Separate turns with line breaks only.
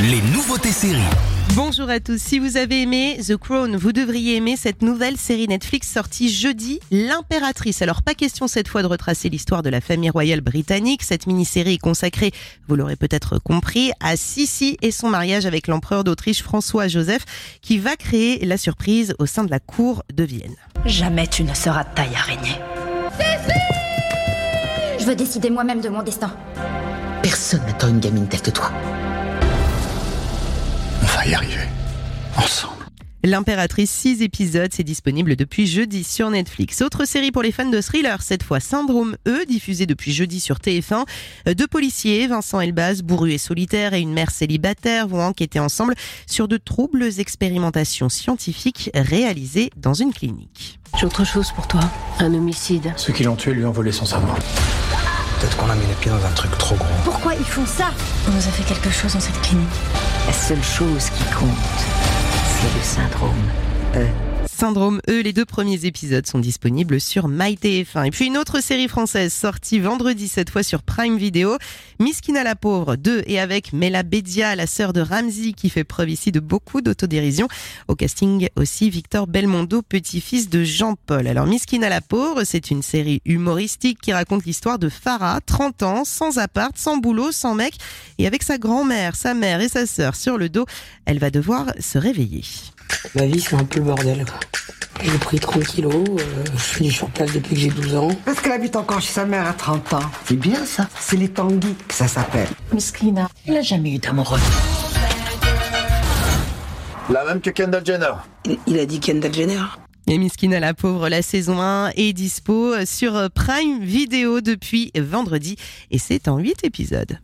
les nouveautés séries.
Bonjour à tous. Si vous avez aimé The Crown, vous devriez aimer cette nouvelle série Netflix sortie jeudi, L'Impératrice. Alors pas question cette fois de retracer l'histoire de la famille royale britannique. Cette mini-série est consacrée, vous l'aurez peut-être compris, à Sissi et son mariage avec l'empereur d'Autriche François-Joseph, qui va créer la surprise au sein de la cour de Vienne.
Jamais tu ne seras de taille à régner.
Je veux décider moi-même de mon destin.
Personne n'attend une gamine telle que toi.
On va y arriver. Ensemble.
L'impératrice, 6 épisodes, c'est disponible depuis jeudi sur Netflix. Autre série pour les fans de thriller, cette fois Syndrome E, diffusée depuis jeudi sur TF1. Euh, Deux policiers, Vincent Elbaz, bourru et solitaire, et une mère célibataire vont enquêter ensemble sur de troubles expérimentations scientifiques réalisées dans une clinique.
J'ai autre chose pour toi, un homicide.
Ceux qui l'ont tué lui ont volé son cerveau.
Peut-être qu'on a mis les pieds dans un truc trop gros.
Pourquoi ils font ça
On nous a fait quelque chose dans cette clinique.
La seule chose qui compte, c'est le syndrome E.
Syndrome E, les deux premiers épisodes sont disponibles sur MyTF1. Et puis une autre série française sortie vendredi cette fois sur Prime Video, Miskina la pauvre 2 et avec Mela Bedia, la sœur de Ramsey qui fait preuve ici de beaucoup d'autodérision. Au casting aussi Victor Belmondo, petit-fils de Jean-Paul. Alors Miskina la pauvre, c'est une série humoristique qui raconte l'histoire de Farah, 30 ans, sans appart, sans boulot, sans mec et avec sa grand-mère, sa mère et sa sœur sur le dos, elle va devoir se réveiller.
Ma vie, c'est un peu le bordel. quoi. J'ai pris 30 kilos, euh, je suis sur place depuis que j'ai 12 ans.
Parce qu'elle habite encore chez sa mère à 30 ans.
C'est bien ça.
C'est les tanguis que ça s'appelle.
Miskina, il a jamais eu d'amoureux.
La même que Kendall Jenner.
Il, il a dit Kendall Jenner.
Et Miskina la pauvre, la saison 1 est dispo sur Prime Video depuis vendredi et c'est en 8 épisodes.